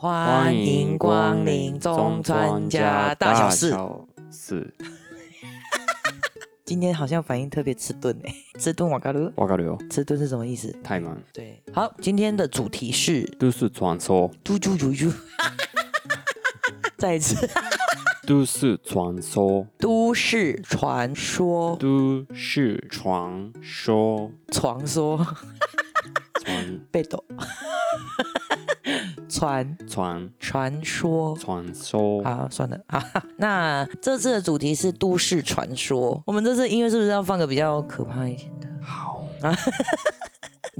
欢迎光临中川家大小事。是今天好像反应特别迟钝哎， 迟钝瓦嘎鲁，我告诉你，迟钝是什么意思？太忙，对，好，今天的主题是都市传说，嘟嘟嘟 嘟，再一次，都市传说，都市传说，都市传说，传说传被抖， 传传传说。传说，好，算了 啊。那这次的主题是都市传说，我们这次音乐是不是要放个比较可怕一点的？好，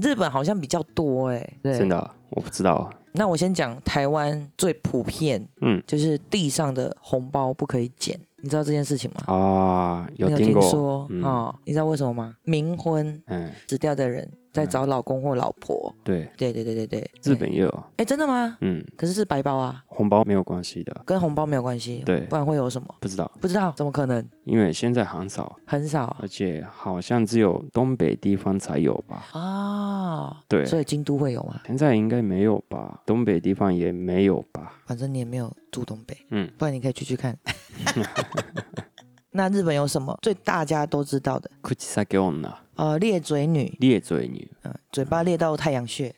日本好像比较多哎、对真的我不知道，那我先讲台湾最普遍，嗯就是地上的红包不可以捡，你知道这件事情吗？啊，有你听过，说、嗯哦，你知道为什么吗？冥婚嗯，死掉的人在找老公或老婆，对，对对对对对，嗯日本也有，哎，真的吗？嗯，可是是白包啊，红包没有关系的，跟红包没有关系，对不然会有什么？不知道，不知道，怎么可能？因为现在很少，很少啊而且好像只有东北地方才有吧，啊，对，所以京都会有吗？现在应该没有吧，东北地方也没有吧，反正你也没有住东北，嗯，不然你可以去去看。 那日本有什么最大家都知道的？口先女，呃，裂嘴女，裂嘴女，嗯、嘴巴裂到太阳 穴，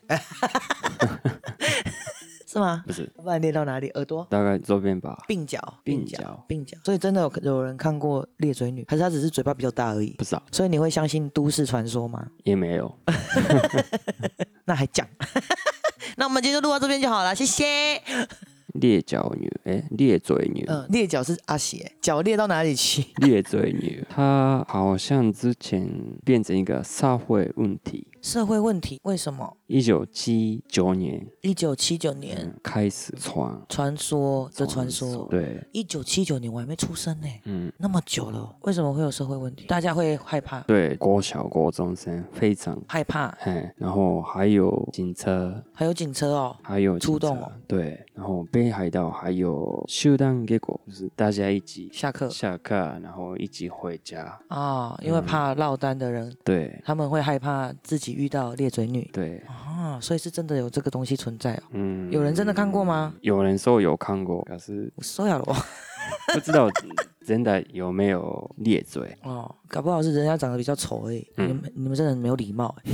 是吗？不是，不然裂到哪里？耳朵、大概这边吧，鬓角、鬓角，鬓角。所以真的有有人看过裂嘴女，还是她只是嘴巴比较大而已不？知道，所以你会相信都市传说吗？也没有，那还讲？ 那我们今天就录到这边就好了，谢谢。裂脚女，哎、裂嘴女，嗯、裂脚是阿邪，脚裂到哪里去？裂嘴女，她好像之前变成一个社会问题。社会问题为什么？一九七九年、一九七九年嗯、开始传传说的传说。对，一九七九年我还没出生呢，嗯，那么久了，为什么会有社会问题？大家会害怕，对，国小、国中生非常，害怕，嘿，然后还有警车，还有警车哦，还有出警动车哦对，然后北海道还有修蛋结果，就是大家一起下课下课，然后一起回家，啊、因为怕落单的人，对，他们会害怕自己遇到裂嘴女对，啊，所以是真的有这个东西存在哦。嗯，有人真的看过吗？有人说有看过，可是我收了哦，不知道真的有没有裂嘴。哦，搞不好是人家长得比较丑而已。嗯你们你们真的很没有礼貌哎，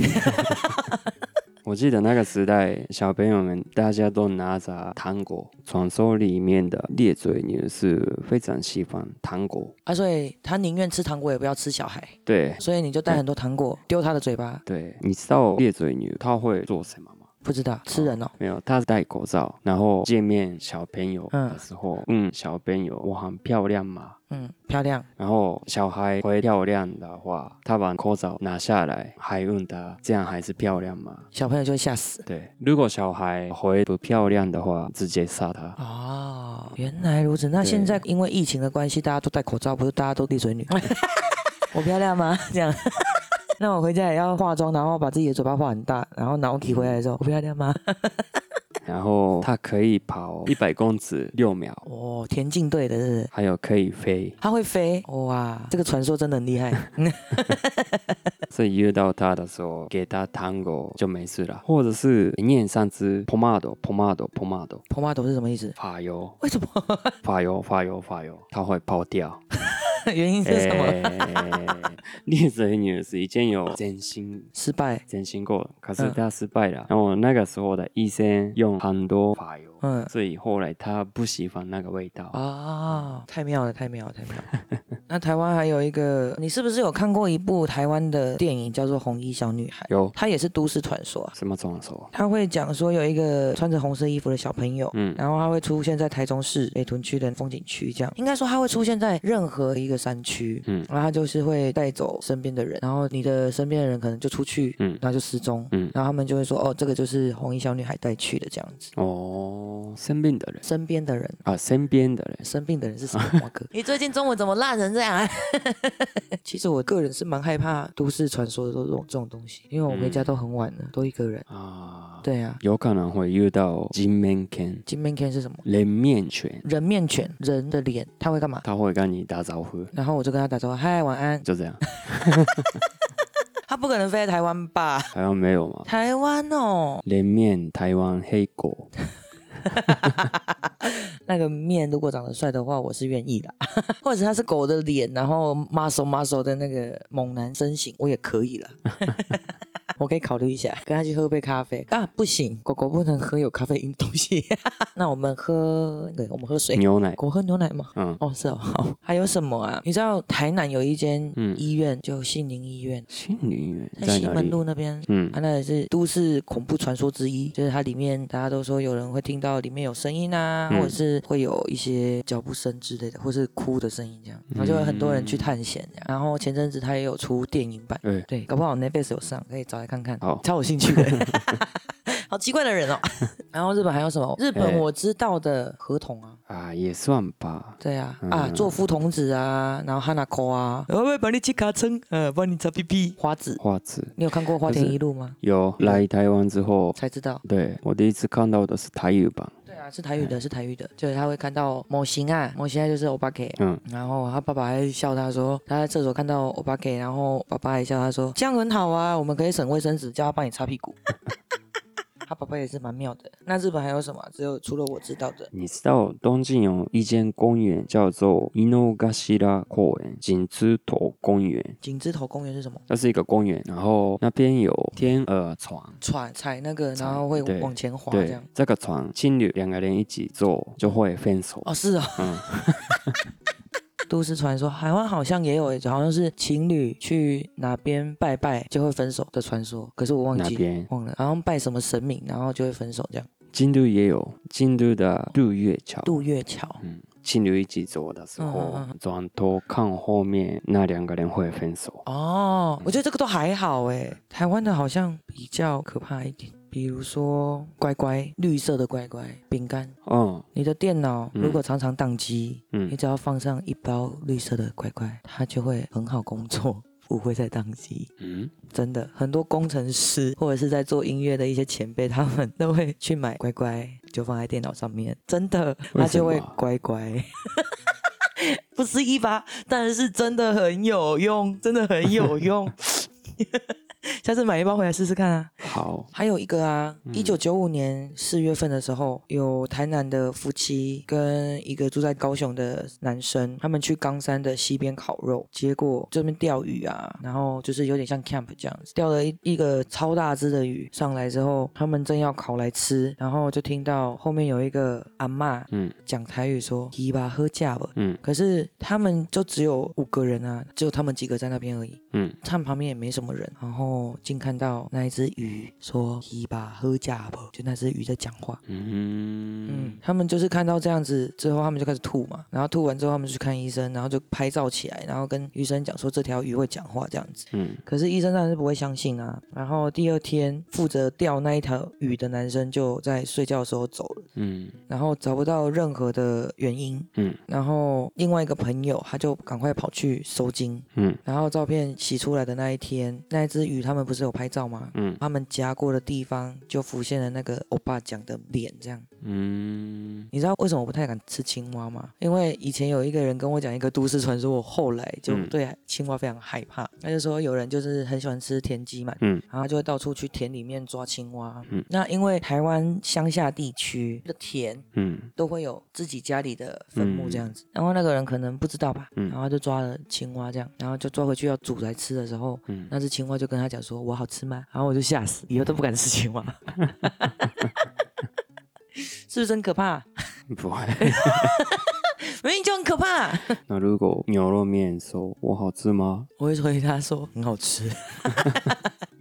我记得那个时代，小朋友们大家都拿着糖果，传说里面的裂嘴女是非常喜欢糖果，啊，所以他宁愿吃糖果也不要吃小孩，对。所以你就带很多糖果丢他的嘴巴，对，你知道裂嘴女她会做什么吗？不知道吃人哦。没有，她戴口罩，然后见面小朋友嗯的时候，嗯，小朋友我很漂亮吗？嗯，漂亮。然后小孩会漂亮的话，他把口罩拿下来，还问他这样还是漂亮吗？小朋友就会吓死。对，如果小孩回不漂亮的话，直接杀他。哦，原来如此。那对现在因为疫情的关系，大家都戴口罩，不是大家都裂 嘴女？我漂亮吗？ 这样。那我回家也要化妆，然后把自己的嘴巴画很大，然后脑体回来的时候，我漂亮 吗？然后他可以跑一百公尺六秒，哦，田径队的是不是，还有可以飞。他会飞，哇，这个传说真的很厉 害。所以遇到他的时候，给他糖果就没事了，或者是念三支 pomado pomado pomado 蓬马头是什么意思？发油为什么？发油发油发油，它会跑掉。 原因是什么？哎裂嘴女是已经有真心失败。整形过了，可是他失败了。然后那个时候的医生用很多法油，嗯所以后来他不喜欢那个味道。啊、太妙了，太妙了，太妙了。 那台湾还有一个，你是不是有看过一部台湾的电影叫做《红衣小女孩》？有它也是都市传说啊。什么传说？他会讲说有一个穿着红色衣服的小朋友，嗯然后他会出现在台中市北屯区的风景区，这样应该说他会出现在任何一个山区，嗯然后他就是会带走身边的人，然后你的身边的人可能就出去，嗯然后就失踪，嗯然后他们就会说哦，这个就是红衣小女孩带去的这样子，哦，生病的人身边的人。啊，身边的人生病的人是什么？瓜哥， 你最近中文怎么烂成这样？ 其实我个人是蛮害怕都市传说的这种这种东西，因为我回家都很晚了，都一个人。啊，对啊，有可能会遇到金面犬、金面犬是什么？人面犬，人面犬，人的脸，他会干嘛？他会跟你打招呼，然后我就跟他打招呼，嗨，晚安。就这样。他不可能飞在台湾吧？台湾没有吗？台湾哦，人面台湾黑狗，那个面如果长得帅的话，我是愿意的。 或者他是狗的脸，然后 muscle muscle 的那个猛男身形，我也可以了。 我可以考虑一下，跟他去喝杯咖啡啊！不行，狗狗不能喝有咖啡因的东西。 那我们喝，对，我们喝水。牛奶，狗喝牛奶吗？嗯，哦，是哦。好，还有什么啊？你知道台南有一间嗯医院，就杏林医院，心理医院在在西哪门里？路那边。嗯啊，那也是都市恐怖传说之一，就是它里面大家都说有人会听到里面有声音啊，嗯或者是会有一些脚步声之类的，或是哭的声音这样，然后就有很多人嗯去探险这样。然后前阵子它也有出电影版，对对，搞不好 Netflix 有上，可以找来看看，好超有兴趣 的。 好奇怪的人哦。 然后日本还有什么？日本哎我知道的合同啊，啊，也算吧。对啊，啊，嗯做夫童子啊，然后哈娜扣啊，我会帮你切卡称，呃，帮你擦屁屁，花子。画质你有看过《花可田是一路》吗？有来台湾之后，才知道，对我第一次看到的是台语版，对啊，是台语的，是台语的，就是他会看到模型啊，模型啊就是欧巴 K，嗯，然后他爸爸还笑他说他在厕所看到欧巴 K，然后爸爸还笑他说这样很好啊，我们可以省卫生纸，叫他帮你擦屁 股。他爸爸也是蛮妙的。那日本还有什么？只有除了我知道的，你知道东京有一间公园叫做伊诺嘎西拉公园，锦之头公园，井之头公园是什么？那是一个公园，然后那边有天鹅船，船踩那个，踩然后会对往前滑这对样。，这个船情侣两个人一起坐就会分手，哦，是哦。嗯 都市传说，台湾好像也有，欸好像是情侣去哪边拜拜就会分手的传说，可是我忘那记了边忘了，好像拜什么神明，然后就会分手这样。京都也有京都的日月桥，渡月桥，嗯，情侣一起走的时候，嗯嗯嗯转头看后面那两个人会分手。哦，我觉得这个都还好哎，台湾的好像比较可怕一点，比如说乖乖，绿色的乖乖饼干。嗯你的电脑嗯如果常常宕机，你嗯，只要放上一包绿色的乖乖，它就会很好工作，不会再宕机。嗯，真的，很多工程师或者是在做音乐的一些前辈，他们都会去买乖乖，就放在电脑上面，真的，为他什就么会乖乖。 不是一发，但是真的很有用，真的很有用。 下次买一包回来试试看啊！好，还有一个啊，嗯一九九五年四月份的时候，有台南的夫妻跟一个住在高雄的男生，他们去冈山的溪边烤肉，结果这边钓鱼啊，然后就是有点像 camp 这样子，钓了一一个超大只的鱼上来之后，他们正要烤来吃，然后就听到后面有一个阿嬷嗯讲台语说：“鸡巴喝架吧。”嗯可是他们就只有五个人啊，只有他们几个在那边而已。嗯，他们旁边也没什么人，然后竟看到那一只鱼说：“一把喝假吧。”就那只鱼在讲话。嗯嗯，他们就是看到这样子之后，他们就开始吐嘛，然后吐完之后，他们就去看医生，然后就拍照起来，然后跟医生讲说这条鱼会讲话这样子。嗯可是医生当然是不会相信啊。然后第二天，负责钓那一条鱼的男生就在睡觉的时候走了，嗯然后找不到任何的原因。嗯然后另外一个朋友他就赶快跑去收金，嗯然后照片洗出来的那一天，那一只鱼他们不是有拍照吗？嗯他们夹过的地方就浮现了那个欧巴讲的脸，这样。嗯，你知道为什么我不太敢吃青蛙吗？因为以前有一个人跟我讲一个都市传说，我后来就嗯对青蛙非常害怕。他就说有人就是很喜欢吃田鸡嘛，嗯然后就会到处去田里面抓青蛙。嗯那因为台湾乡下地区的田嗯都会有自己家里的坟墓嗯这样子。然后那个人可能不知道吧，嗯然后他就抓了青蛙这样，然后就抓回去要煮来吃的时候，嗯，那只青蛙就跟他讲说：“我好吃吗？”然后我就吓死，以 后都不敢吃青蛙。是不是很可怕？不会。明明就很可怕。那如果牛肉面说我好吃吗？我会回答说很好吃。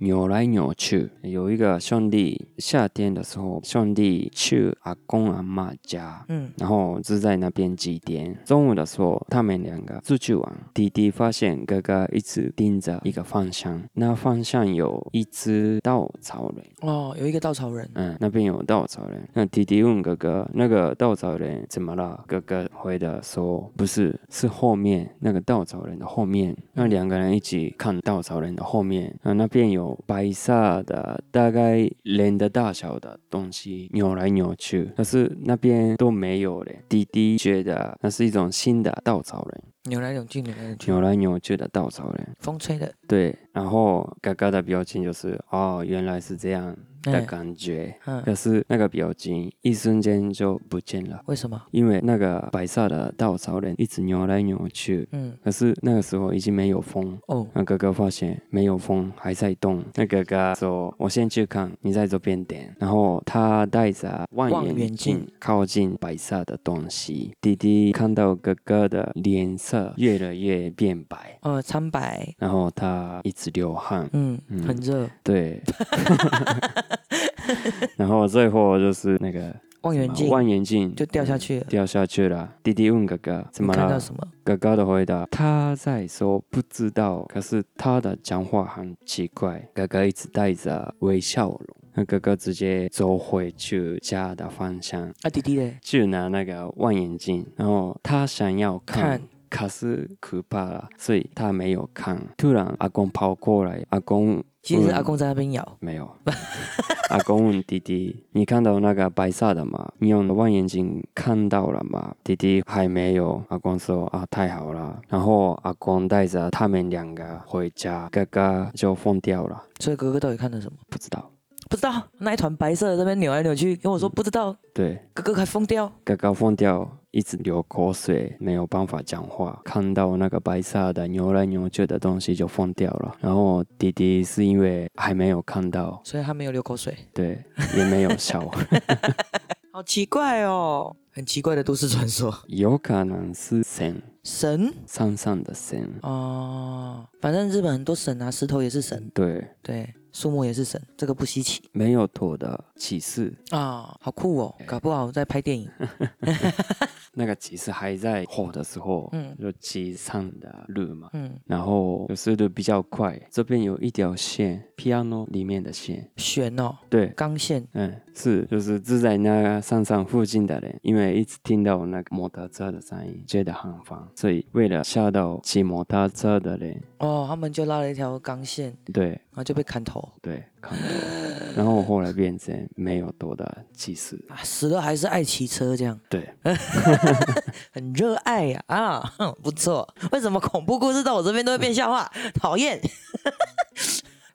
扭来扭去。有一个兄弟，夏天的时候，兄弟去阿公阿妈家，嗯，然后就在那边祭奠。中午的时候，他们两个出去玩，弟弟发现哥哥一直盯着一个方向，那方向有一只稻草人，哦，有一个稻草人，嗯，那边有稻草人。那弟弟问哥哥，那个稻草人怎么了？哥哥回答说，不是，是后面那个稻草人的后面。那两个人一起看稻草人的后面，那那边有白色的，大概人的大小的东西扭来扭去，但是那边都没有嘞。弟弟觉得那是一种新的稻草人，扭来扭去，扭来扭去，扭来扭去的稻草人。风吹的。对，然后嘎嘎的表情就是哦，原来是这样的哎感觉，嗯可是那个表情一瞬间就不见了，为什么？因为那个白色的稻草人一直扭来扭去，嗯，可是那个时候已经没有风。哦，那哥哥发现没有风，还在动。那哥哥说：“我先去看，你在这边等。”然后他带着望望远远镜镜靠近白色的东西。弟弟看到哥哥的脸色越来越变白，呃，苍白，然后他一直流汗。嗯，嗯很热，对， 然后最后就是那个望远什镜么望远镜就掉下去了。掉下去了。弟弟问哥哥怎你么看到了？什么？哥哥的回答，他在说不知道，可是他的讲话很奇怪。哥哥一直带着微笑容，那哥哥直接走回去家的方向，啊，弟弟嘞？去拿那个望远镜，然后他想要看。看可是可怕了，所以他没有看。突然，阿公跑过来，阿公其实嗯阿公在那边咬，没有。 阿公问弟弟：“你看到那个白色的吗？你用望远镜看到了吗？”弟弟还没有。阿公说：“啊，太好了。”然后阿公带着他们两个回家，哥哥就疯掉了，所以哥哥到底看了什么？不知道。不知道，那一团白色的在那边扭来扭去，跟我说不知道，对，哥哥快疯掉。哥哥疯掉，一直流口水，没有办法讲话。看到那个白色的扭来扭去的东西就疯掉了。然后弟弟是因为还没有看到，所以他没有流口水，对，也没有笑。 好奇怪哦，很奇怪的都市传说。有可能是神。神山上的神，哦，反正日本很多神啊，石头也是神，对，对，树木也是神，这个不稀奇没有头的骑士，啊、好酷哦，嗯搞不好在拍电影。那个骑士还在火的时候，嗯就骑上的路嘛，嗯，然后有速度比较快，这边有一条线，piano 里面的线，悬哦，对。钢线嗯，是，就是住在那个山上附近的人，因为一直听到那个摩托车的声音，觉得很烦，所以为了吓到骑摩托车的人，哦，他们就拉了一条钢线，对然后就被砍头对，看到，然后后来变成没有头的骑士，啊，死了还是爱骑车这样，对，很热爱呀啊 哼不错。为什么恐怖故事到我这边都会变笑话？讨厌。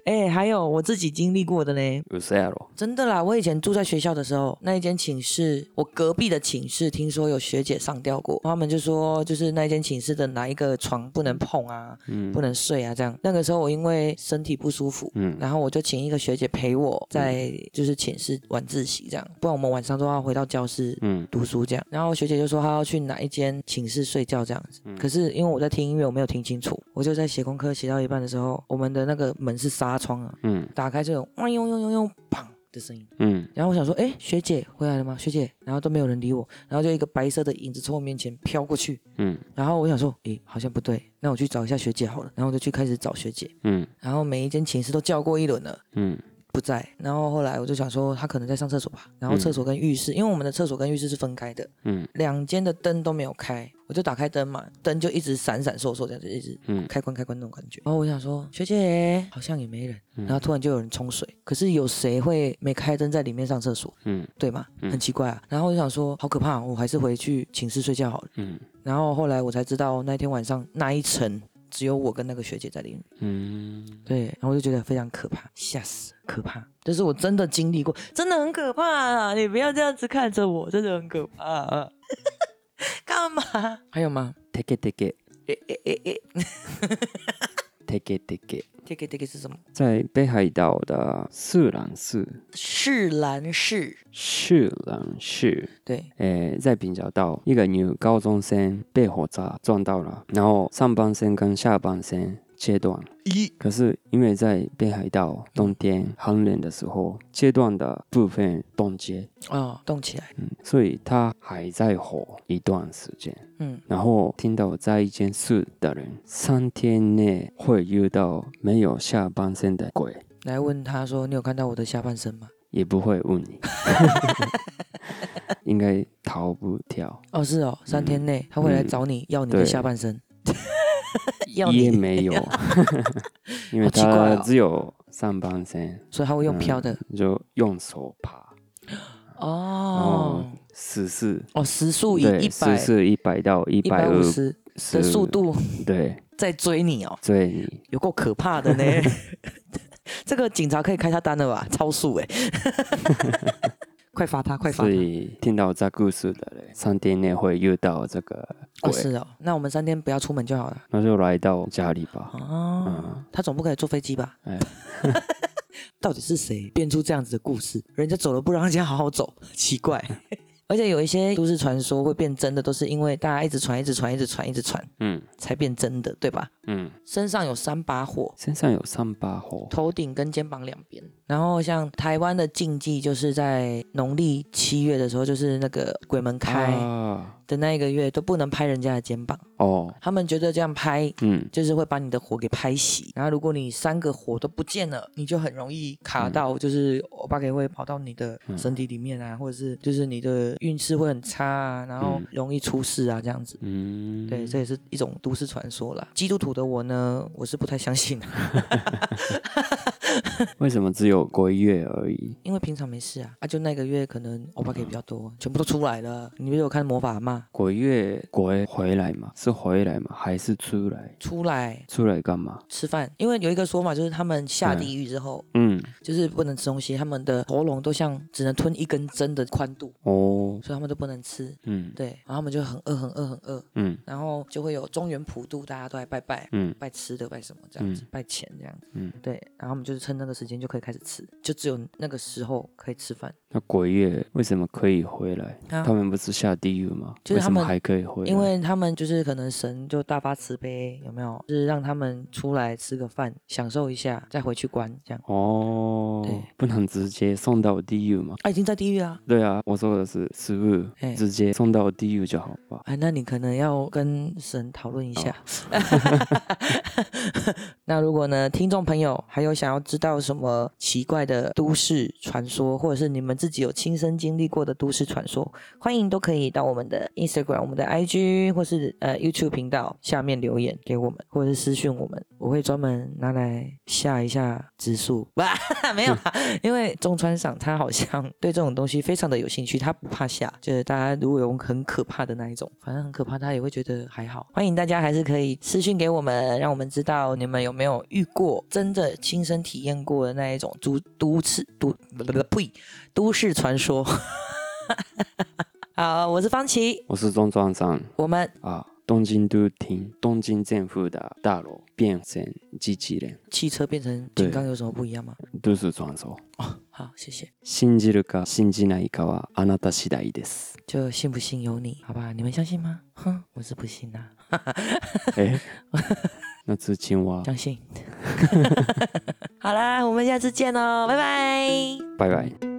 哎、还有我自己经历过的呢，有谁了？真的啦，我以前住在学校的时候，那一间寝室，我隔壁的寝室听说有学姐上吊过，他们就说就是那一间寝室的哪一个床不能碰啊，不能睡啊这样。那个时候我因为身体不舒服。嗯，然后我就请一个学姐陪我在就是寝室晚自习这样，不然我们晚上都要回到教室嗯读书这样。然后学姐就说她要去哪一间寝室睡觉这样子，可是因为我在听音乐，我没有听清楚，我就在写功课写到一半的时候，我们的那个门是纱窗啊，嗯打开这种哇呦呦呦呦砰的声音。嗯然后我想说，哎，学姐回来了吗？学姐，然后都没有人理我，然后就一个白色的影子从我面前飘过去，嗯然后我想说，诶，好像不对，那我去找一下学姐好了，然后我就去开始找学姐，嗯然后每一间寝室都叫过一轮了。嗯不在，然后后来我就想说她可能在上厕所吧，然后厕所跟浴室，因为我们的厕所跟浴室是分开的，嗯两间的灯都没有开，我就打开灯嘛，灯就一直闪闪烁烁这样子，一直嗯嗯开关开关那种感觉。然后我想说，学姐好像也没人，然后突然就有人冲水，可是有谁会没开灯在里面上厕所，嗯对吗？嗯很奇怪啊。然后我就想说，好可怕，我还是回去寝室睡觉好了。嗯然后后来我才知道，那天晚上那一层只有我跟那个学姐在里面，嗯，对，然后我就觉得非常可怕，吓死，可怕。这是我真的经历过，真的很可怕啊！你不要这样子看着我，真的很可怕、啊。 干嘛？还有吗？ take it take it 诶诶诶诶 take it take it，这个这个是什么？在北海道的四兰市，是兰氏。四兰市。对，诶，在平角道，一个女高中生被火车撞到了，然后上半身跟下半身切断。咦，可是因为在北海道冬天很冷的时候，切断的部分冻结，哦，动起来，嗯，所以她还在火一段时间。嗯，然后听到在一件事的人，三天内会遇到没有下半身的鬼，来问他说，你有看到我的下半身吗？也不会 问你，应该逃不掉，哦，是哦，三天内他会来找你、要你的对下半身， 要也你，没 有，因为好奇怪他哦只有上半身，所以他会用飘的。就用手爬，哦，十四，哦，时速以对，一十百四一百到一一百百五五十十的速度，对，在追你哦，所以有够可怕的呢。这个警察可以开他单了吧？超速哎、快罚他，快罚所他！以听到这故事的人，三天内会遇到这个鬼，哦，是哦，那我们三天不要出门就好了。那就来到家里吧。哦，嗯他总不可以坐飞机吧？哎到底是谁编出这样子的故事？人家走了不让人家好好走，奇怪。而且有一些都市传说会变真的，都是因为大家一直传、一直传、一直传、一直传嗯才变真的，对吧？嗯，身上有三把火，身上有三把火，头顶跟肩膀两边。然后像台湾的禁忌，就是在农历七月的时候，就是那个鬼门开啊的那一个月，都不能拍人家的肩膀。哦，他们觉得这样拍嗯就是会把你的火给拍熄。然后如果你三个火都不见了，你就很容易嗯卡到，就是欧巴给会跑到你的身体里面啊，或者是就是你的运势会很差啊，然后嗯容易出事啊这样子。嗯，对，这也是一种都市传说啦。基督徒的我呢，我是不太相信的，为什么只有鬼月而已？因为平常没事啊，啊，就那个月可嗯能欧巴给比较多，全部都出来了。你们有看魔法吗？鬼月鬼回来嘛？是回来嘛？还是出来？出来出来干嘛？吃饭，因为有一个说法就是他们下地狱之后，嗯，就是不能吃东西，他们的喉咙都像只能吞一根针的宽度，哦，所以他们都不能吃。嗯对，然后他们就很饿，很饿，很饿，嗯然后就会有中原普渡，大家都来拜拜，嗯拜吃的，拜什么这样子，嗯拜钱这样子。嗯，对，然后我们就是趁那个时间就可以开始吃，就只有那个时候可以吃饭。那鬼月为什么可以回来？啊他们不是下地狱吗？就是为他什么们还可以回来？因为他们就是可能神就大发慈悲，有没有？就是让他们出来吃个饭，享受一下，再回去关这样。哦对，不能直接送到地狱吗？啊，已经在地狱啊！对啊，我说的是食物哎，直接送到地狱就好吧。哎，那你可能要跟神讨论一下。 那如果呢，听众朋友还有想要知道什么奇怪的都市传说，或者是你们自己有亲身经历过的都市传说，欢迎都可以到我们的 Instagram、我们的 IG 或是呃 YouTube 频道下面留言给我们，或者是私讯我们，我会专门拿来下一下指数。哇， 没有啦，因为中川赏他好像对这种东西非常的有兴趣，他不怕吓，就是大家如果有很可怕的那一种，反正很可怕，他也会觉得还好。欢迎大家还是可以私讯给我们，让我们知道你们有没有遇过真的亲身体验过的那一种都都市都不不呸都市传说。 好，我是方琦，我是钟壮山我们啊，东京都厅东京政府的大楼变成机器人，汽车变成对金刚有什么不一样吗？都市传说。好，谢谢，信じるか信じないかはあなた次第です。就信不信由你，好吧？你们相信吗？哼，我是不信啊呐、 哎，那只青蛙， 相信。好啦，我们下次见喽，拜拜。拜拜。